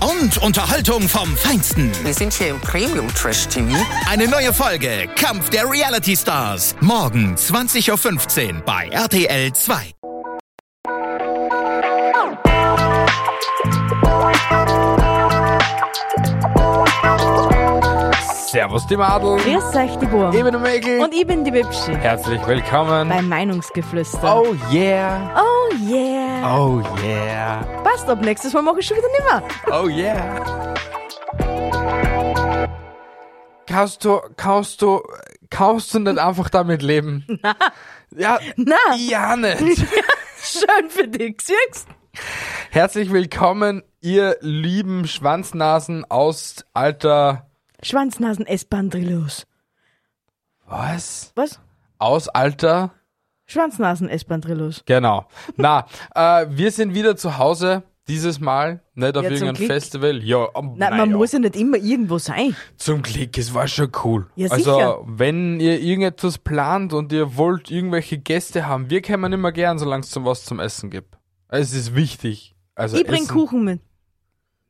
und Unterhaltung vom Feinsten. Wir sind hier im Premium Trash TV. Eine neue Folge Kampf der Reality Stars. Morgen 20.15 Uhr bei RTL 2. Servus die Madel. Grüß euch, die Burm. Ich bin der Mäkel. Und ich bin die Bibschi. Herzlich willkommen. Beim Meinungsgeflüster. Oh yeah. Oh yeah. Oh yeah. Passt ab, nächstes Mal mache ich schon wieder nimmer. Oh yeah. Kannst du, kannst du, kannst du nicht einfach damit leben? Ja, Na, ja nicht. schön für dich, siehst Herzlich willkommen, ihr lieben Schwanznasen aus alter, Schwanznasen Espandrillos. was? Was? Aus alter Schwanznasen Espandrillos. Genau. Na, äh, wir sind wieder zu Hause. Dieses Mal nicht auf Ja, zum irgendein Glück. Festival. Ja, um, Nein, man muss ja nicht immer irgendwo sein. Zum Glück, es war schon cool. Ja, also, sicher. wenn ihr irgendetwas plant und ihr wollt irgendwelche Gäste haben, wir kämen immer gern, solange es zum was zum Essen gibt. Es ist wichtig. Also Ich bring Essen- Kuchen mit.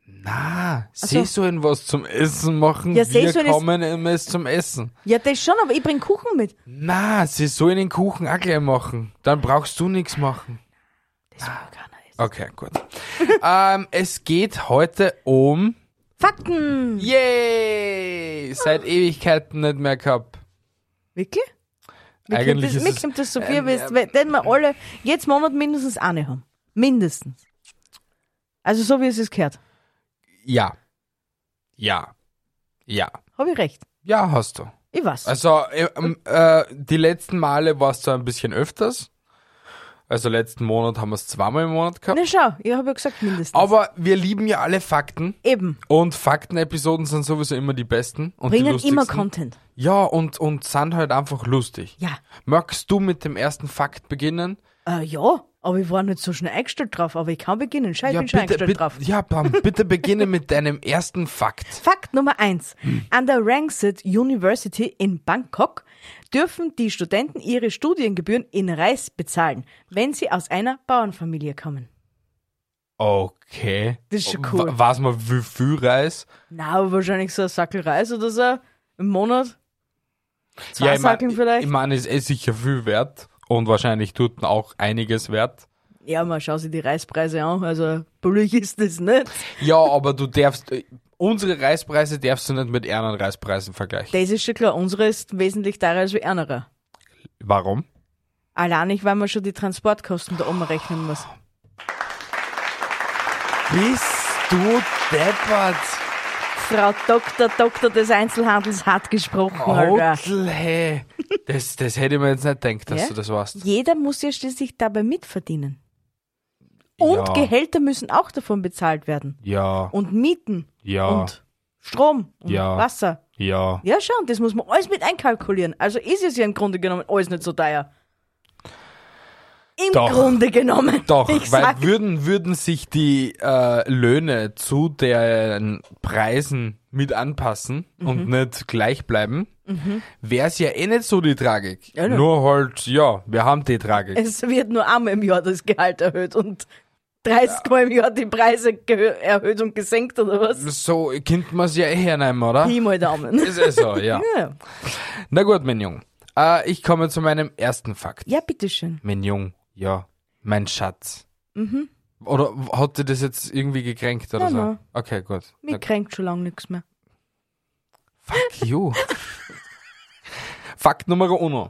Na, so. sie sollen was zum Essen machen. Ja, sie wir sollen es- kommen immer es zum Essen. Ja, das schon, aber ich bring Kuchen mit. Na, sie sollen den Kuchen auch gleich machen. Dann brauchst du nichts machen. Ah. Das war gar nicht. Okay, gut. ähm, es geht heute um. Fakten. Yay! Seit Ewigkeiten nicht mehr gehabt. Wirklich? Mir Eigentlich kommt das, ist mir es- kommt das so viel, ähm, denn wir alle jetzt Monat mindestens eine haben. Mindestens. Also so wie es es gehört. Ja. Ja. Ja. Habe ich recht. Ja, hast du. Ich weiß. Also, ähm, äh, die letzten Male warst du ein bisschen öfters. Also, letzten Monat haben wir es zweimal im Monat gehabt. Na schau, ich habe ja gesagt mindestens. Aber wir lieben ja alle Fakten. Eben, Und Faktenepisoden sind sowieso immer die besten. Und die bringen lustigsten. immer Content. Ja, und, und sind halt einfach lustig. Ja. Magst du mit dem ersten Fakt beginnen? Äh, ja, aber ich war nicht so schnell eingestellt drauf, aber ich kann beginnen. Schau, ich bin schon eingestellt bitte, drauf. ja, dann bitte beginne mit deinem ersten Fakt. Fakt Nummer eins: An der Rangsit University in Bangkok dürfen die Studenten ihre Studiengebühren in Reis bezahlen, wenn sie aus einer Bauernfamilie kommen. Okay. Das ist schon cool. Wa- Weiß man, wie viel Reis? Na, aber wahrscheinlich so ein Sackel Reis oder so im Monat. Zwei ich mein- Sackeln vielleicht. Ich meine, es ist sicher viel wert und wahrscheinlich tut auch einiges wert. ja, mal schau sich die Reispreise an. Also billig ist das nicht. Ja, aber du darfst, äh, unsere Reispreise darfst du nicht mit anderen Reispreisen vergleichen. Das ist schon klar. Unsere ist wesentlich teurer als wie andere. Warum? Allein nicht, weil man schon die Transportkosten da oben rechnen muss. Bist du deppert? Frau Dr. Doktor des Einzelhandels hat gesprochen, Alter. Otle. Das, das hätte ich mir jetzt nicht gedacht, dass Ja? du das warst. Jeder muss ja schließlich dabei mitverdienen. Und Ja. Gehälter müssen auch davon bezahlt werden. Ja, Und Mieten. ja, Und Strom. Und Ja. Wasser. ja. Ja, schau, das muss man alles mit einkalkulieren. Also ist es ja im Grunde genommen alles nicht so teuer. Im Doch. Grunde genommen. Doch, Ich weil sag- würden, würden sich die äh, Löhne zu den Preisen mit anpassen Mhm. und nicht gleich bleiben, wäre es ja eh nicht so die Tragik. Ja, ne. Nur halt, ja, wir haben die Tragik. Es wird nur einmal im Jahr das Gehalt erhöht und 30 Mal im Jahr die Preise gehö- erhöht und gesenkt oder was? so könnte man es ja eh hernehmen, oder? Pi mal Daumen. Ist eh so, ja. Ja, Na gut, mein Jung. Äh, ich komme zu meinem ersten Fakt. ja bitteschön. Mein Jung, ja. Mein Schatz. Mhm. Oder hat dir das jetzt irgendwie gekränkt oder Nein, so? nein. Okay, gut. Na Mir kränkt schon lange nichts mehr. Fuck you. Fakt Nummer uno.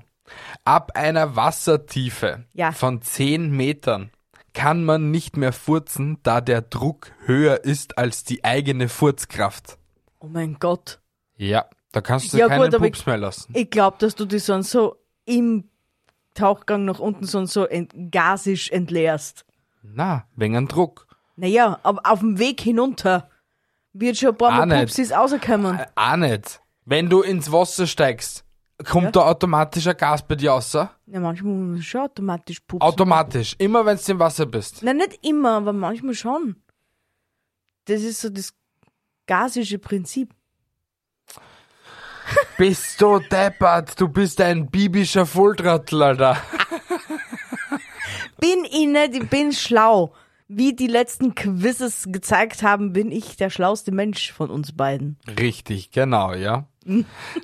Ab einer Wassertiefe Ja. von 10 Metern kann man nicht mehr furzen, da der Druck höher ist als die eigene Furzkraft. Oh mein Gott. Ja, da kannst du Ja, keinen gut, aber Pups mehr lassen. Ich glaube, dass du die sonst so im Tauchgang nach unten sonst so ent gasisch entleerst. Na, wegen einem Druck. Naja, aber auf dem Weg hinunter wird schon ein paar Auch Mal nicht. Pupsis rausgekommen. Auch nicht. Wenn du ins Wasser steigst, kommt da automatisch ein Gas bei dir raus. Ja, manchmal muss man schon automatisch pupsen. Automatisch. Immer wenn du im Wasser bist. Nein, nicht immer, aber manchmal schon. Das ist so das gasische Prinzip. Bist du deppert. Du bist ein bibischer Volltrottel, Alter. Bin ich nicht, ich bin schlau. Wie die letzten Quizzes gezeigt haben, bin ich der schlauste Mensch von uns beiden. Richtig, genau, ja.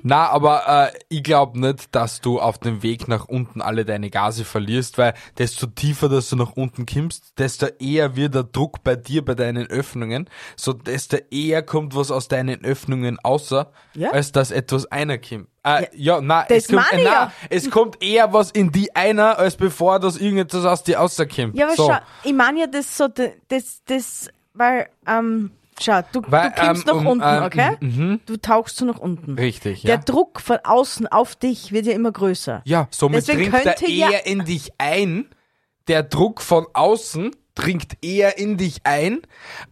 Na, aber äh, ich glaube nicht, dass du auf dem Weg nach unten alle deine Gase verlierst, weil desto tiefer, dass du nach unten kimmst, desto eher wird der Druck bei dir, bei deinen Öffnungen, so desto eher kommt was aus deinen Öffnungen außer, Ja. als dass etwas einer kommt. Äh, ja. na, Das es kommt, äh, meine ich na, ja. es kommt eher was in die einer, als bevor das irgendetwas aus dir rauskommt. Ja, aber so. schau, ich meine ja das so, de- das, das, weil, ähm, schau, du, Weil, du kommst ähm, nach um, unten, ähm, okay? Du tauchst so nach unten. Richtig, Der ja. Druck von außen auf dich wird ja immer größer. Ja, somit Deswegen dringt er könnte ja- eher in dich ein. Der Druck von außen dringt eher in dich ein,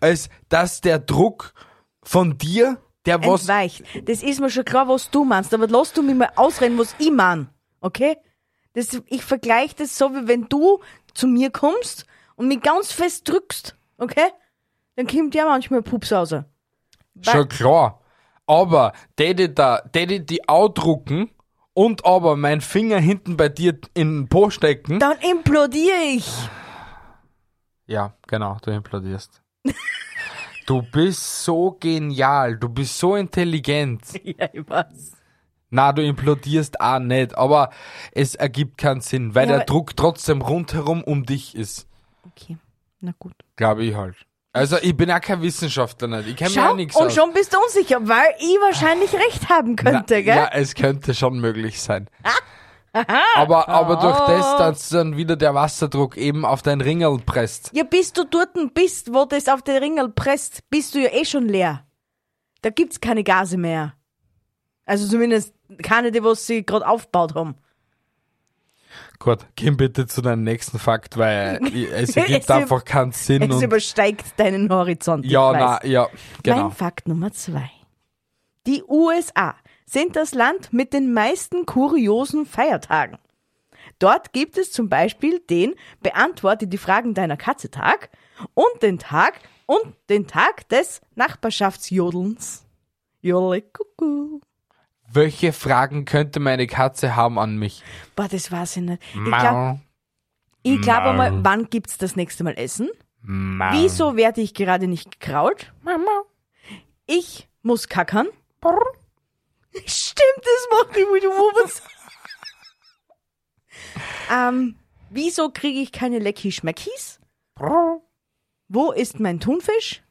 als dass der Druck von dir, der was. Entweicht. Das ist mir schon klar, was du meinst, aber lass du mich mal ausreden, was ich mein, okay? Das, ich vergleiche das so, wie wenn du zu mir kommst und mich ganz fest drückst, okay? Dann kommt ja manchmal Pups raus. Schon klar. Aber täte da, täte die auch drucken und aber mein Finger hinten bei dir in den Po stecken. Dann implodiere ich. Ja, genau, du implodierst. du bist so genial, du bist so intelligent. Ja, ich weiß. Na, du implodierst auch nicht, aber es ergibt keinen Sinn, weil Ja, der aber- Druck trotzdem rundherum um dich ist, Okay, na gut. glaube ich halt. Also ich bin auch kein Wissenschaftler nicht, ich kenne mir Schau, auch und nichts aus. schon bist du unsicher, weil ich wahrscheinlich recht haben könnte, Na, gell? Ja, es könnte schon möglich sein. aber aber durch Oh. das, dass dann wieder der Wasserdruck eben auf dein Ringel presst. Ja, bis du dort bist, wo das auf den Ringel presst, bist du ja eh schon leer. Da gibt's keine Gase mehr. Also zumindest keine, die was sie gerade aufgebaut haben. Gut, geh bitte zu deinem nächsten Fakt, weil ich- es Es ergibt über- einfach keinen Sinn. Es Und, übersteigt deinen Horizont. ja, ich weiß. na, ja, genau. Mein Fakt Nummer zwei. Die USA sind das Land mit den meisten kuriosen Feiertagen. Dort gibt es zum Beispiel den Beantworte die Fragen deiner Katze Tag und den Tag und den Tag des Nachbarschaftsjodelns. Jodel, kuckuck. Welche Fragen könnte meine Katze haben an mich? Boah, das weiß ich nicht. Ich glaube Mau, ich glaub einmal, wann gibt's das nächste Mal Essen? mau. Wieso werde ich gerade nicht gekraut? Ich muss kackern. Stimmt, das macht die Witty Woman's. ähm, wieso kriege ich keine Lecky Schmeckis? Wo ist mein Thunfisch?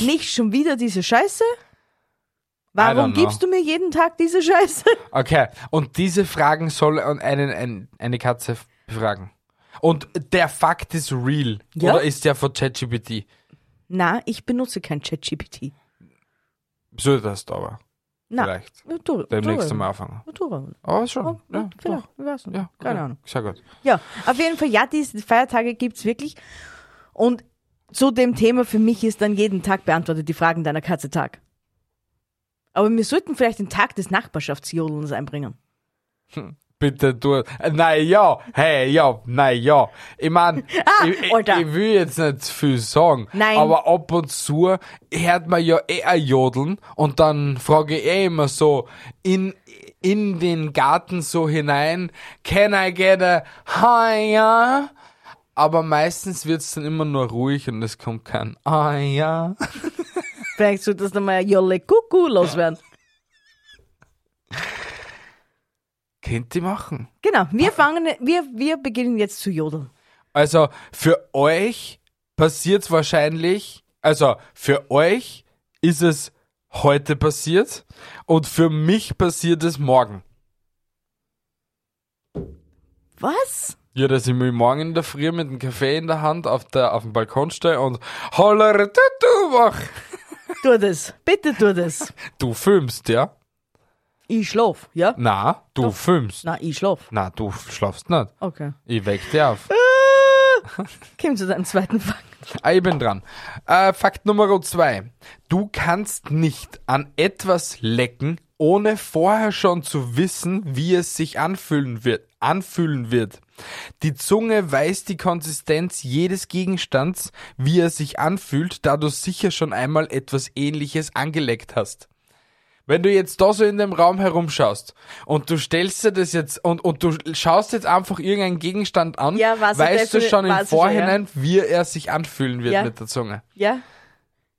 Nicht schon wieder diese Scheiße? Warum I don't know. gibst du mir jeden Tag diese Scheiße? Okay, und diese Fragen soll an einen, ein, eine Katze f- befragen. Und der Fakt ist real. Ja? Oder ist der von ChatGPT? Na, ich benutze kein ChatGPT. So das aber. Na, Vielleicht. ja, tu- Demnächst tu- mal anfangen. tu- tu- Aber schon. Ja, ja, vielleicht, ich weiß doch. nicht. Ja, Keine ja, Ahnung. Sehr gut. Ja, auf jeden Fall, ja, diese Feiertage gibt's wirklich. Und zu dem Thema für mich ist dann jeden Tag beantwortet die Fragen deiner Katze Tag. Aber wir sollten vielleicht den Tag des Nachbarschaftsjodelns einbringen. Bitte du. äh, Nein, ja. Hey, ja. Nein, ja. Ich mein, ich, ich, Alter. ich will jetzt nicht viel sagen. Nein. Aber ab und zu hört man ja eh ein Jodeln und dann frage ich eh immer so in, in den Garten so hinein, can I get a hi, ja? Aber meistens wird's dann immer nur ruhig und es kommt kein ah ja. Vielleicht sollte das dann mal ein Jolle Kuckuck loswerden. Könnt ihr machen. Genau, wir fangen, wir, wir beginnen jetzt zu jodeln. Also für euch passiert wahrscheinlich, also für euch ist es heute passiert und für mich passiert es morgen. Was? Ja, dass ich mich morgen in der Früh mit dem Kaffee in der Hand auf, der, auf dem Balkon stehe und holler, du, du, wach. Tu das. Bitte tu das. Du filmst, ja? Ich schlaf, ja? Na, du filmst. Na, ich schlaf. Na, du schlafst nicht. Okay. Ich weck dich auf. Kommen zu deinem zweiten Fakt. Ah, ich bin dran. Äh, Fakt Nummer zwei. Du kannst nicht an etwas lecken, ohne vorher schon zu wissen, wie es sich anfühlen wird. Anfühlen wird. Die Zunge weiß die Konsistenz jedes Gegenstands, wie er sich anfühlt, da du sicher schon einmal etwas ähnliches angeleckt hast. Wenn du jetzt da so in dem Raum herumschaust und du stellst dir das jetzt und, und du schaust jetzt einfach irgendeinen Gegenstand an, Ja, was er weißt du defini- schon im weiß ich schon, ja. Vorhinein, wie er sich anfühlen wird Ja. mit der Zunge. Ja?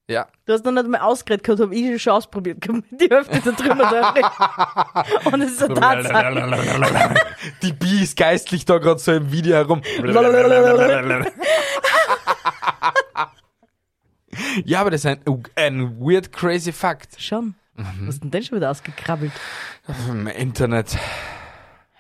Ja. Du hast noch nicht mal ausgeredet gehabt, hab ich schon ausprobiert gehabt. Die Hälfte da drüber da rein. Und es ist eine Tatsache. Die Bi ist geistlich da gerade so im Video herum. Ja, aber das ist ein, ein weird crazy Fakt. Schon. Mhm. Was ist denn denn schon wieder ausgekrabbelt? Im Internet.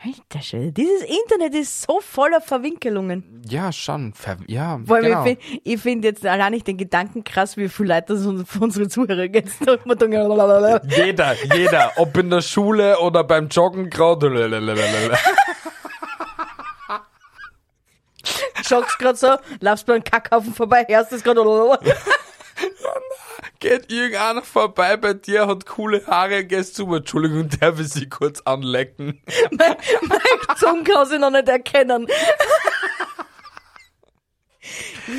Alter Schwede, dieses Internet ist so voller Verwinkelungen. Ja, schon. Ver ja, Vor allem, genau. ich finde find jetzt allein nicht den Gedanken krass, wie viele Leute das uns- für unsere Zuhörer jetzt noch immer tun. Jeder, jeder. Ob in der Schule oder beim Joggen gerade. Schockst gerade so, laufst beim Kackhaufen vorbei, hörst es gerade. Geht irgendeiner vorbei bei dir, hat coole Haare, gehst zu. Entschuldigung, der will sie kurz anlecken. Mein, mein Zunge kann sie noch nicht erkennen.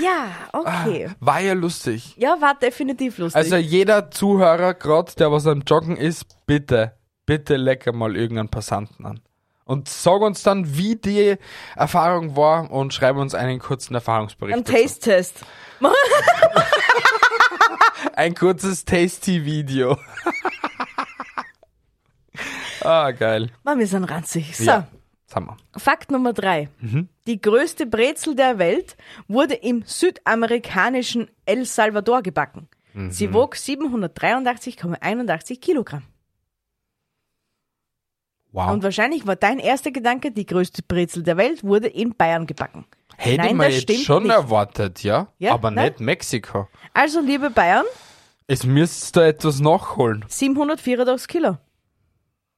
ja, okay. War ja lustig. Ja, war definitiv lustig. Ah. Also jeder Zuhörer gerade, der was am Joggen ist, bitte, bitte lecker mal irgendeinen Passanten an. Und sag uns dann, wie die Erfahrung war und schreib uns einen kurzen Erfahrungsbericht. Ein dazu. Taste-Test. Ein kurzes Tasty-Video. ah, geil. Mann, wir sind ranzig. So, Ja, Mhm. sagen wir. Fakt Nummer drei. Die größte Brezel der Welt wurde im südamerikanischen El Salvador gebacken. Mhm. Sie wog 783,81 Kilogramm. Wow. Und wahrscheinlich war dein erster Gedanke, die größte Brezel der Welt wurde in Bayern gebacken. Hätte Nein, man das jetzt stimmt schon nicht. erwartet, ja? Ja, Aber nein. nicht Mexiko. Also, liebe Bayern, Es müsst da etwas nachholen. 784 Kilo.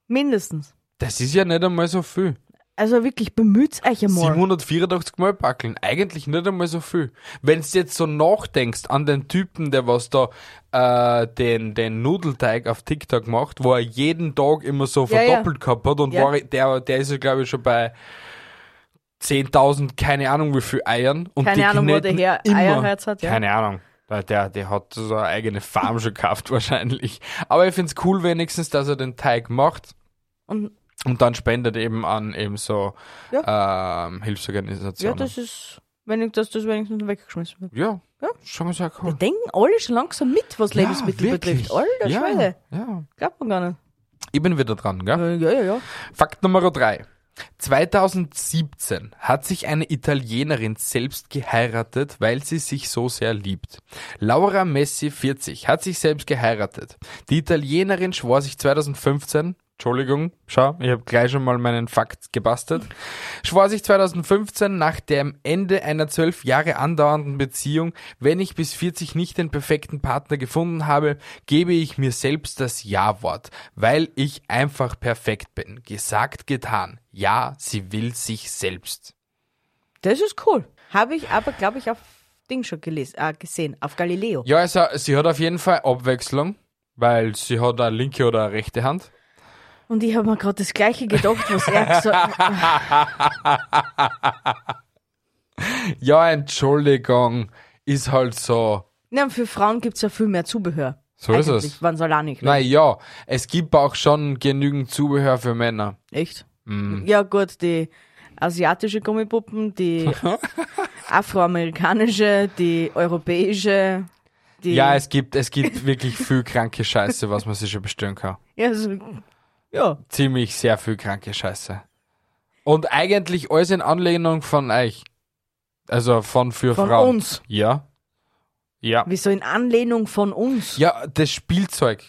Mindestens. Das ist ja nicht einmal so viel. Also wirklich, bemüht euch einmal. 784 Mal backeln. Eigentlich nicht einmal so viel. Wenn du jetzt so nachdenkst an den Typen, der was da äh, den, den Nudelteig auf TikTok macht, wo er jeden Tag immer so Ja, ja. verdoppelt gehabt hat und Ja. war, der, der ist ja glaube ich schon bei 10.000, keine Ahnung wie viel Eiern. Und Keine die Ahnung, wo der kneten her immer. Eierherz hat, ja. Keine Ahnung. Der- Der, der hat so eine eigene Farm schon gehabt wahrscheinlich. Aber ich find's cool wenigstens, dass er den Teig macht. Und Und dann spendet eben an eben so ähm, ja, Hilfsorganisationen. das ist, wenn ich das, das wenigstens weggeschmissen wird. ja, schon mal sehr cool. Denken alle schon langsam mit, was Lebensmittel ja, betrifft. wirklich. Alter ja, Schwede. Ja. Glaubt man gar nicht. Ich bin wieder dran, gell? Äh, Ja, ja, ja. Fakt Nummer drei. 2017 hat sich eine Italienerin selbst geheiratet, weil sie sich so sehr liebt. Laura Messi, 40, hat sich selbst geheiratet. Die Italienerin schwor sich 2015, Entschuldigung, schau, ich habe gleich schon mal meinen Fakt gebastelt, schwor sich 2015 nach dem Ende einer zwölf Jahre andauernden Beziehung, wenn ich bis 40 nicht den perfekten Partner gefunden habe, gebe ich mir selbst das Ja-Wort, weil ich einfach perfekt bin. Gesagt, getan. Ja, sie will sich selbst. Das ist cool. Habe ich aber, glaube ich, auf Ding schon gelesen, äh, gesehen, auf Galileo. Ja, also sie hat auf jeden Fall Abwechslung, weil sie hat eine linke oder eine rechte Hand. Und ich habe mir gerade das Gleiche gedacht, was er gesagt hat. Ja, Entschuldigung, ist halt so. Nein, für Frauen gibt es ja viel mehr Zubehör. So ist Eigentlich, es. Waren sie allein nicht. Na ja, es gibt auch schon genügend Zubehör für Männer. Echt? Ja, gut, die asiatische Gummipuppen, die afroamerikanische, die europäische, die. Ja, es gibt, es gibt wirklich viel kranke Scheiße, was man sich schon bestellen kann. ja, so, ja. Ziemlich sehr viel kranke Scheiße. Und eigentlich alles in Anlehnung von euch. Also von für Von Frauen. uns. Ja. Ja. Wieso in Anlehnung von uns? Ja, das Spielzeug.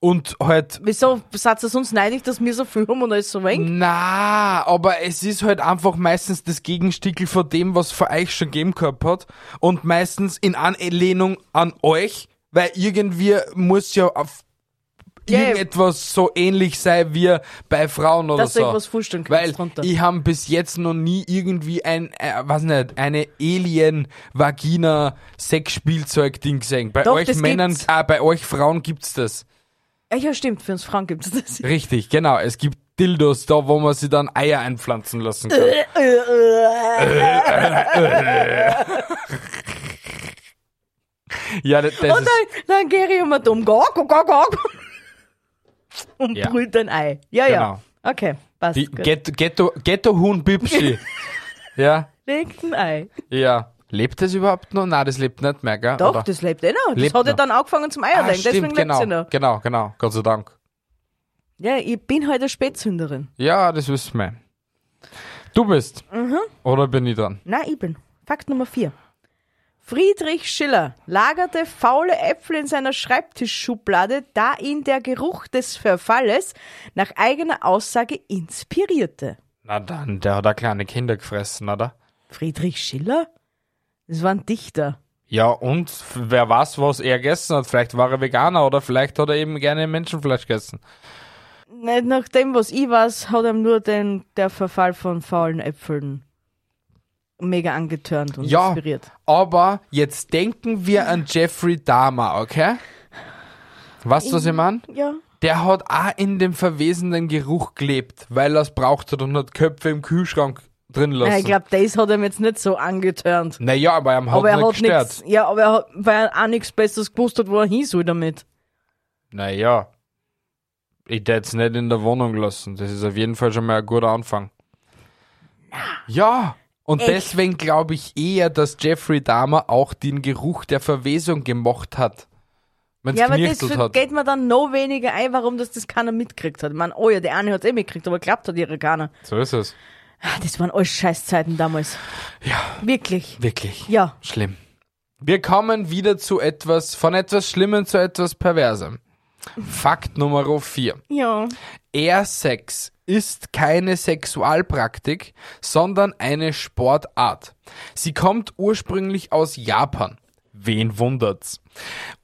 Und halt. Wieso seid ihr uns neidisch, dass wir so viel haben und alles so wenig? Na, aber es ist halt einfach meistens das Gegenstickel von dem, was für euch schon Game gehabt hat. Und meistens in Anlehnung an euch, weil irgendwie muss ja auf Ja, ja. irgendetwas so ähnlich sei wie bei Frauen oder Dass du so. irgendwas vorstellen kannst Weil drunter. ich habe bis jetzt noch nie irgendwie ein, äh, weiß nicht, eine Alien-Vagina-Sexspielzeug-Ding gesehen. Bei Doch, euch das Männern, gibt's. ah, bei euch Frauen gibt's das. Mm. Ah, Ja, stimmt, für uns Frauen gibt es das. Richtig, genau. Es gibt Dildos da, wo man sie dann Eier einpflanzen lassen kann. Äh. Äh, ja, das, das Und ist, dann, dann gehe ich immer dumm. Gog, gog, gog, gog. Und Ja. brüllt ein Ei. Ja, Genau. ja. Okay, passt. die gut. Ghetto, Ghetto, Ghetto Huhn Bibschi. ja, Legt ein Ei. ja. Lebt das überhaupt noch? Nein, das lebt nicht mehr, gell? Doch, Oder? das lebt eh noch. Das Lebt hat ja noch. dann angefangen zum ah, Eierlegen, deswegen stimmt, lebt genau, sie noch. genau, genau. Gott sei Dank. Ja, ich bin halt eine Spätzünderin. Ja, das wissen wir. Du bist. Mhm. Oder bin ich dran? Na, ich bin. Fakt Nummer 4. Friedrich Schiller lagerte faule Äpfel in seiner Schreibtischschublade, da ihn der Geruch des Verfalles nach eigener Aussage inspirierte. Na dann, der hat auch kleine Kinder gefressen, oder? Friedrich Schiller? Das war ein Dichter. Ja, und f- wer weiß, was er gegessen hat. Vielleicht war er Veganer oder vielleicht hat er eben gerne Menschenfleisch gegessen. Nicht nach dem, was ich weiß, hat ihm nur den, der Verfall von faulen Äpfeln mega angetörnt und Ja, inspiriert. aber jetzt denken wir an Jeffrey Dahmer, okay? Weißt du, was ich meine? Ja. Der hat auch in dem verwesenden Geruch gelebt, weil er es braucht hat und hat Köpfe im Kühlschrank drin lassen. Ja, ich glaube, das hat ihm jetzt nicht so angetörnt. naja, aber er hat aber er nicht hat gestört. nichts. Ja, aber er hat, weil er auch nichts Besseres gewusst hat, wo er hin soll damit. Naja, ich hätte es nicht in der Wohnung lassen. Das ist auf jeden Fall schon mal ein guter Anfang. Ja, und deswegen glaube ich eher, dass Jeffrey Dahmer auch den Geruch der Verwesung gemocht hat. Wenn es Ja, aber das hat. geht mir dann noch weniger ein, warum das, das keiner mitgekriegt hat. Ich meine, oh ja, der eine hat eh mitgekriegt, aber glaubt hat ihre keiner. So ist es. Ah, Das waren alles Scheißzeiten damals. Ja. Wirklich. Wirklich. Ja. Schlimm. Wir kommen wieder zu etwas, von etwas Schlimmem zu etwas Perversem. Fakt Nummer 4. Ja. Airsex ist keine Sexualpraktik, sondern eine Sportart. Sie kommt ursprünglich aus Japan. Wen wundert's?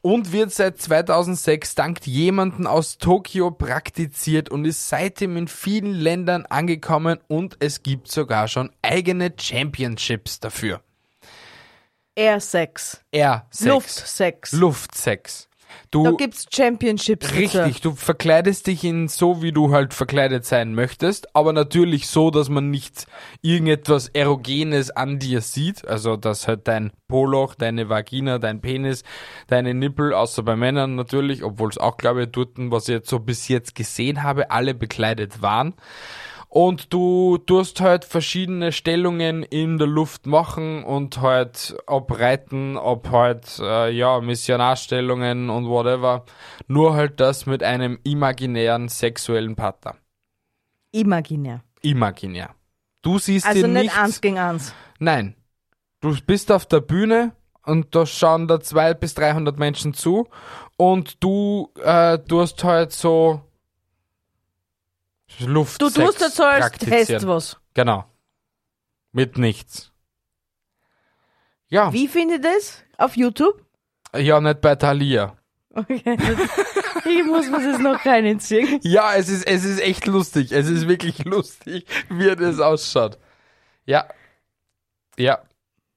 Und wird seit 2006 dank jemanden aus Tokio praktiziert und ist seitdem in vielen Ländern angekommen und es gibt sogar schon eigene Championships dafür. Airsex. Airsex. Luftsex. Luftsex. da Du gibt's Championships. dazu. Richtig, du verkleidest dich in so, wie du halt verkleidet sein möchtest, aber natürlich so, dass man nicht irgendetwas Erogenes an dir sieht, also dass halt dein Poloch, deine Vagina, dein Penis, deine Nippel, außer bei Männern natürlich, obwohl es auch, glaube ich, dort, was ich jetzt so bis jetzt gesehen habe, alle bekleidet waren. Und du tust halt verschiedene Stellungen in der Luft machen und halt ob Reiten, ob halt, äh, ja, Missionarstellungen und whatever. Nur halt das mit einem imaginären sexuellen Partner. Imaginär. Imaginär. Du siehst Also ihn nicht, nicht. eins gegen eins. Nein. Du bist auf der Bühne und da schauen da 200 bis 300 Menschen zu und du äh, tust halt so Luft. Du tust jetzt so als Test was. Genau. Mit nichts. Ja, Wie findet ihr das? Auf YouTube? ja, nicht bei Thalia. Okay. das- ich muss mir das noch reinziehen. Ja, es ist, es ist echt lustig. Es ist wirklich lustig, wie das ausschaut. Ja. Ja.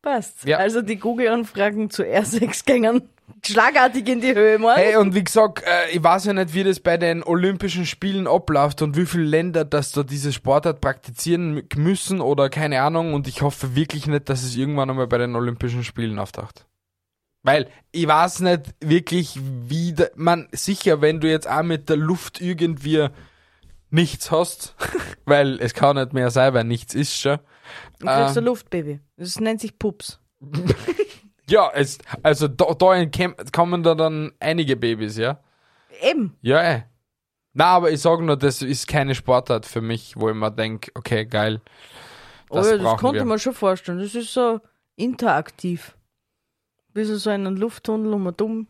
Passt. Ja. Also die Google-Anfragen zu R6-Gängern schlagartig in die Höhe, Mann. Hey, und wie gesagt, äh, ich weiß ja nicht, wie das bei den Olympischen Spielen abläuft und wie viele Länder das da diese Sportart praktizieren mü- müssen oder keine Ahnung. Und ich hoffe wirklich nicht, dass es irgendwann einmal bei den Olympischen Spielen auftaucht. Weil ich weiß nicht wirklich, wie da, man sicher, wenn du jetzt auch mit der Luft irgendwie nichts hast, weil es kann nicht mehr sein, weil nichts ist schon. Du ähm, kriegst ein Luftbaby. Das nennt sich Pups. Ja, es, also da, da entkäm- kommen da dann einige Babys, ja. Eben. Ja, ey. Na, aber ich sag nur, das ist keine Sportart für mich, wo ich mir denk, okay, geil. Das oh ja, das brauchen konnte wir. man schon vorstellen. Das ist so interaktiv. Bisschen so in einen Lufttunnel um und um.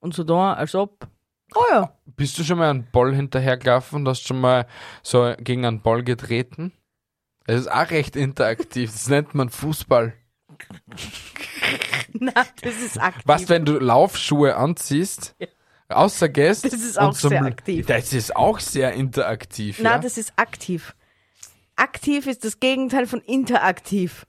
Und so da, als ob. Oh ja. Bist du schon mal einen Ball hinterhergelaufen und hast schon mal so gegen einen Ball getreten? Es ist auch recht interaktiv. Das nennt man Fußball. Nein, das ist aktiv. Was, wenn du Laufschuhe anziehst? rausgehst. Das ist und auch zum- sehr aktiv. Das ist auch sehr interaktiv. Na, ja? das ist aktiv. Aktiv ist das Gegenteil von interaktiv.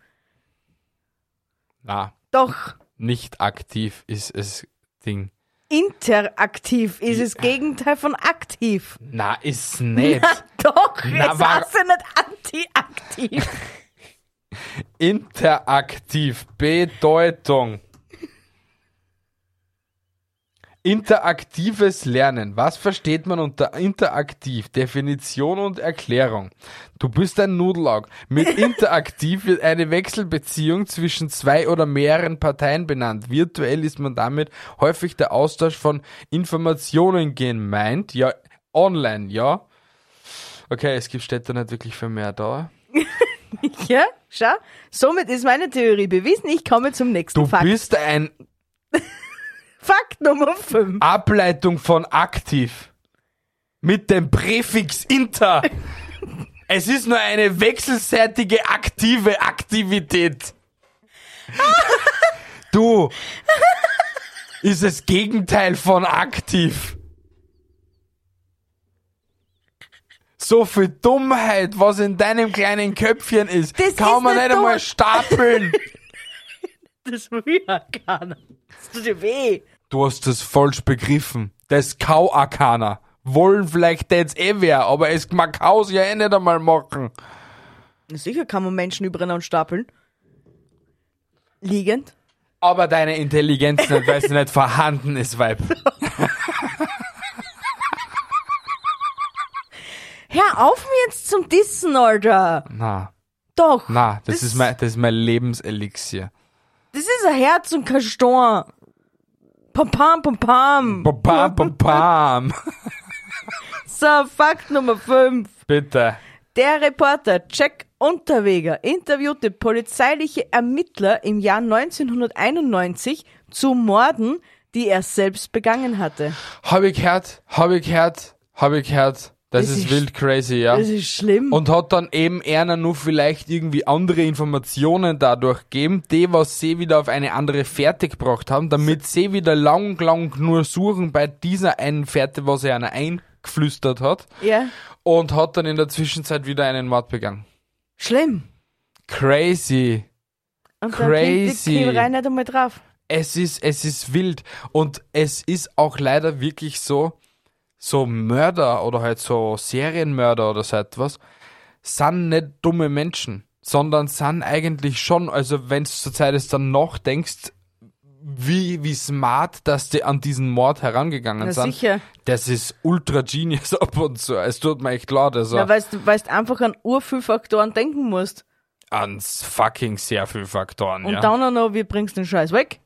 Na, Doch, nicht aktiv ist es Ding. interaktiv ist das Gegenteil von aktiv. Na, ist nett. Doch, Na, es war- heißt ja nicht antiaktiv. Interaktiv. Bedeutung. Interaktives Lernen. Was versteht man unter interaktiv? Definition und Erklärung. Du bist ein Nudelaug. Mit interaktiv wird eine Wechselbeziehung zwischen zwei oder mehreren Parteien benannt. Virtuell ist man damit häufig der Austausch von Informationen gemeint. Ja, online, ja. Okay, es gibt Städte nicht wirklich für mehr da. ja, schau. Somit ist meine Theorie bewiesen. Ich komme zum nächsten Du Fakt. bist ein Fakt Nummer 5. Ableitung von aktiv mit dem Präfix inter. es ist nur eine wechselseitige aktive Aktivität. du ist das Gegenteil von aktiv. So viel Dummheit, was in deinem kleinen Köpfchen ist, Das kann ist man nicht nicht einmal dumm. stapeln. Das will ich ja gar nicht. Das tut dir weh. Du hast das falsch begriffen. Das Kauakana. Wollen vielleicht jetzt eh wer, aber es mag Kaus ja eh nicht einmal machen. Sicher kann man Menschen übereinander stapeln. Liegend. Aber deine Intelligenz nicht, weil sie nicht vorhanden ist, Weib. Hör auf mir jetzt zum Dissen, Alter. Na, Doch. na, das, ist mein, das ist mein Lebenselixier. Das ist ein Herz und kein Storn. Pam, pam, pam, pam. Bam, bam, bam, bam. So, Fakt Nummer 5. Bitte. Der Reporter Jack Unterweger interviewte polizeiliche Ermittler im Jahr 1991 zu Morden, die er selbst begangen hatte. Hab ich gehört, hab ich gehört, hab ich gehört. Das, Das ist, ist- wild crazy, ja. Das ist schlimm. Und hat dann eben einer nur vielleicht irgendwie andere Informationen dadurch gegeben, die was sie wieder auf eine andere Fährte gebracht haben, damit sie wieder lang, lang nur suchen bei dieser einen Fährte, was er einer eingeflüstert hat ja, und hat dann in der Zwischenzeit wieder einen Mord begangen. schlimm. Crazy. Und dann klingt Crazy. Die Klieberei nicht einmal drauf. Es ist, es ist wild und es ist auch leider wirklich so, so Mörder oder halt so Serienmörder oder so etwas, sind nicht dumme Menschen, sondern sind eigentlich schon, also wenn du zur Zeit es dann noch denkst, wie, wie smart, dass die an diesen Mord herangegangen Na, sind. sicher. Das ist ultra genius ab und zu. Es tut mir echt leid. Also Na, weil du weil's einfach an Urfüllfaktoren denken musst. ans fucking sehr viel Faktoren. Und ja. dann auch noch, wir bringst den Scheiß weg.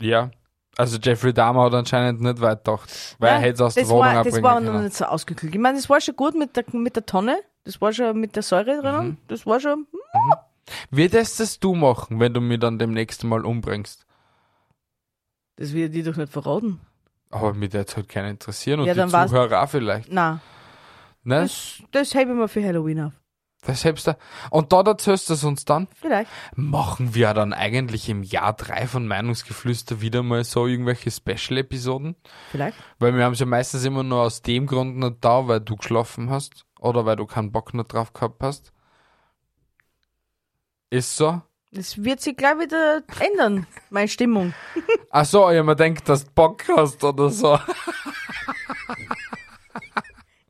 Ja. Also Jeffrey Dahmer hat anscheinend nicht weit gedacht, weil er Nein, hätte es aus der das Wohnung war, Das abbringen war noch können. nicht so ausgeklügelt. Ich meine, das war schon gut mit der, mit der Tonne. Das war schon mit der Säure drinnen. Mhm. Das war schon... hm. Würdest das du machen, wenn du mich dann demnächst mal umbringst? Das wird die doch nicht verraten. Aber mich jetzt halt keiner interessieren und Ja, die dann war's- Zuhörer auch vielleicht. Na, Ne? das, das hebe ich mir für Halloween auf. Das hebst du. Und da erzählst du es uns dann. Vielleicht. Machen wir dann eigentlich im Jahr drei von Meinungsgeflüster wieder mal so irgendwelche Special-Episoden? Vielleicht. Weil wir haben es ja meistens immer nur aus dem Grund nicht da, weil du geschlafen hast oder weil du keinen Bock nicht drauf gehabt hast. Ist so? Das wird sich gleich wieder ändern, meine Stimmung. Ach so, ja, man denkt, dass du Bock hast oder so.